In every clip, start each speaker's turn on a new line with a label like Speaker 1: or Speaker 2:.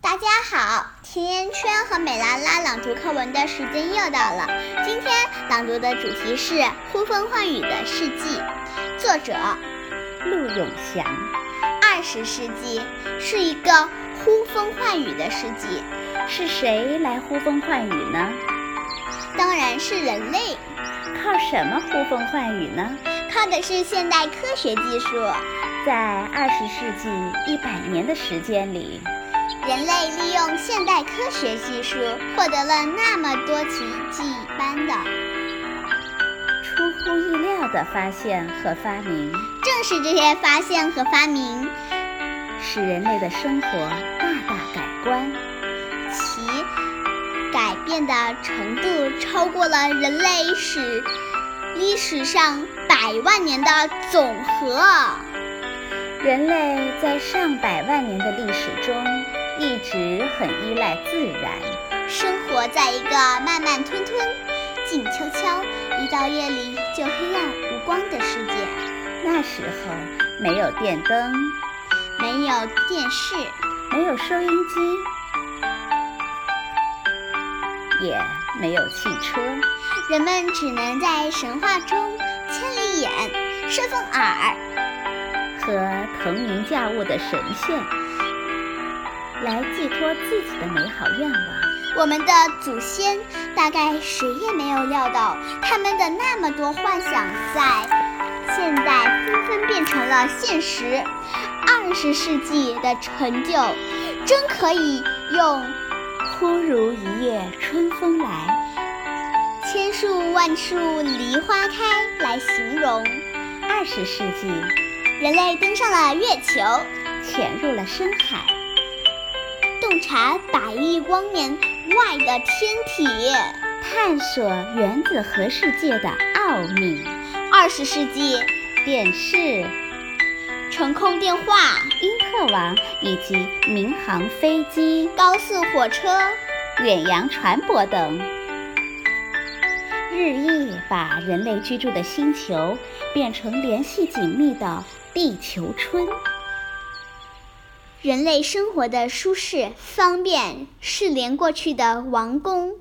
Speaker 1: 大家好，甜甜圈和美拉拉朗读课文的时间又到了。今天朗读的主题是《呼风唤雨的世纪》，作者
Speaker 2: 陆永祥。
Speaker 1: 二十世纪是一个呼风唤雨的世纪，
Speaker 2: 是谁来呼风唤雨呢？
Speaker 1: 当然是人类。
Speaker 2: 靠什么呼风唤雨呢？
Speaker 1: 靠的是现代科学技术。
Speaker 2: 在二十世纪一百年的时间里，
Speaker 1: 人类利用现代科学技术获得了那么多奇迹般的，
Speaker 2: 出乎意料的发现和发明，
Speaker 1: 正是这些发现和发明，
Speaker 2: 使人类的生活大大改观。
Speaker 1: 其改变的程度超过了人类史历史上百万年的总和。
Speaker 2: 人类在上百万年的历史中，一直很依赖自然。
Speaker 1: 生活在一个慢慢吞吞、静悄悄，一到夜里就黑暗无光的世界，
Speaker 2: 那时候没有电灯，
Speaker 1: 没有电视，
Speaker 2: 没有收音机，也没有汽车。
Speaker 1: 人们只能在神话中千里眼、顺风耳。
Speaker 2: 和腾云驾雾的神仙，来寄托自己的美好愿望。
Speaker 1: 我们的祖先大概谁也没有料到，他们的那么多幻想在现代纷纷变成了现实。二十世纪的成就，真可以用
Speaker 2: 忽如一夜春风来，
Speaker 1: 千树万树梨花开来形容。
Speaker 2: 二十世纪
Speaker 1: 人类登上了月球，
Speaker 2: 潜入了深海，
Speaker 1: 洞察百亿光年外的天体。
Speaker 2: 探索原子核世界的奥秘。
Speaker 1: 二十世纪，
Speaker 2: 电视、
Speaker 1: 程控电话、
Speaker 2: 因特网以及民航飞机、
Speaker 1: 高速火车。
Speaker 2: 远洋船舶等，日益把人类居住的星球变成联系紧密的地球村。
Speaker 1: 人类生活的舒适方便，是连过去的王公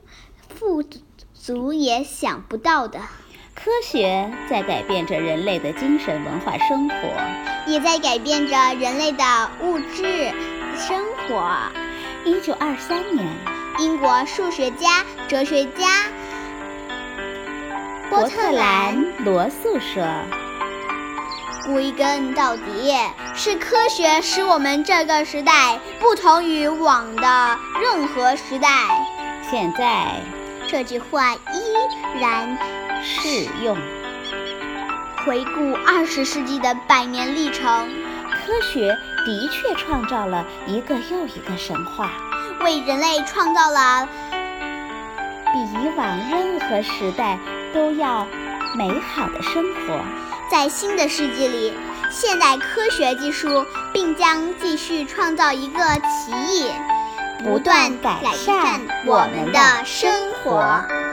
Speaker 1: 富足也想不到的，
Speaker 2: 科学在改变着人类的精神文化生活，
Speaker 1: 也在改变着人类的物质生活。
Speaker 2: 一九二三年，
Speaker 1: 英国数学家、哲学家
Speaker 2: 伯
Speaker 1: 波
Speaker 2: 特
Speaker 1: 特
Speaker 2: 兰
Speaker 1: 兰
Speaker 2: ·罗素说
Speaker 1: 归根到底，是科学使我们这个时代不同于往的任何时代。：“
Speaker 2: 现在
Speaker 1: 这句话依然
Speaker 2: 适用
Speaker 1: 回顾二十世纪的百年历程，
Speaker 2: 科学的确创造了一个又一个神话，
Speaker 1: 为人类创造了
Speaker 2: 比以往任何时代都要美好的生活。”
Speaker 1: 在新的世纪里，现代科学技术并将继续创造一个奇异，不断改善我们的生活。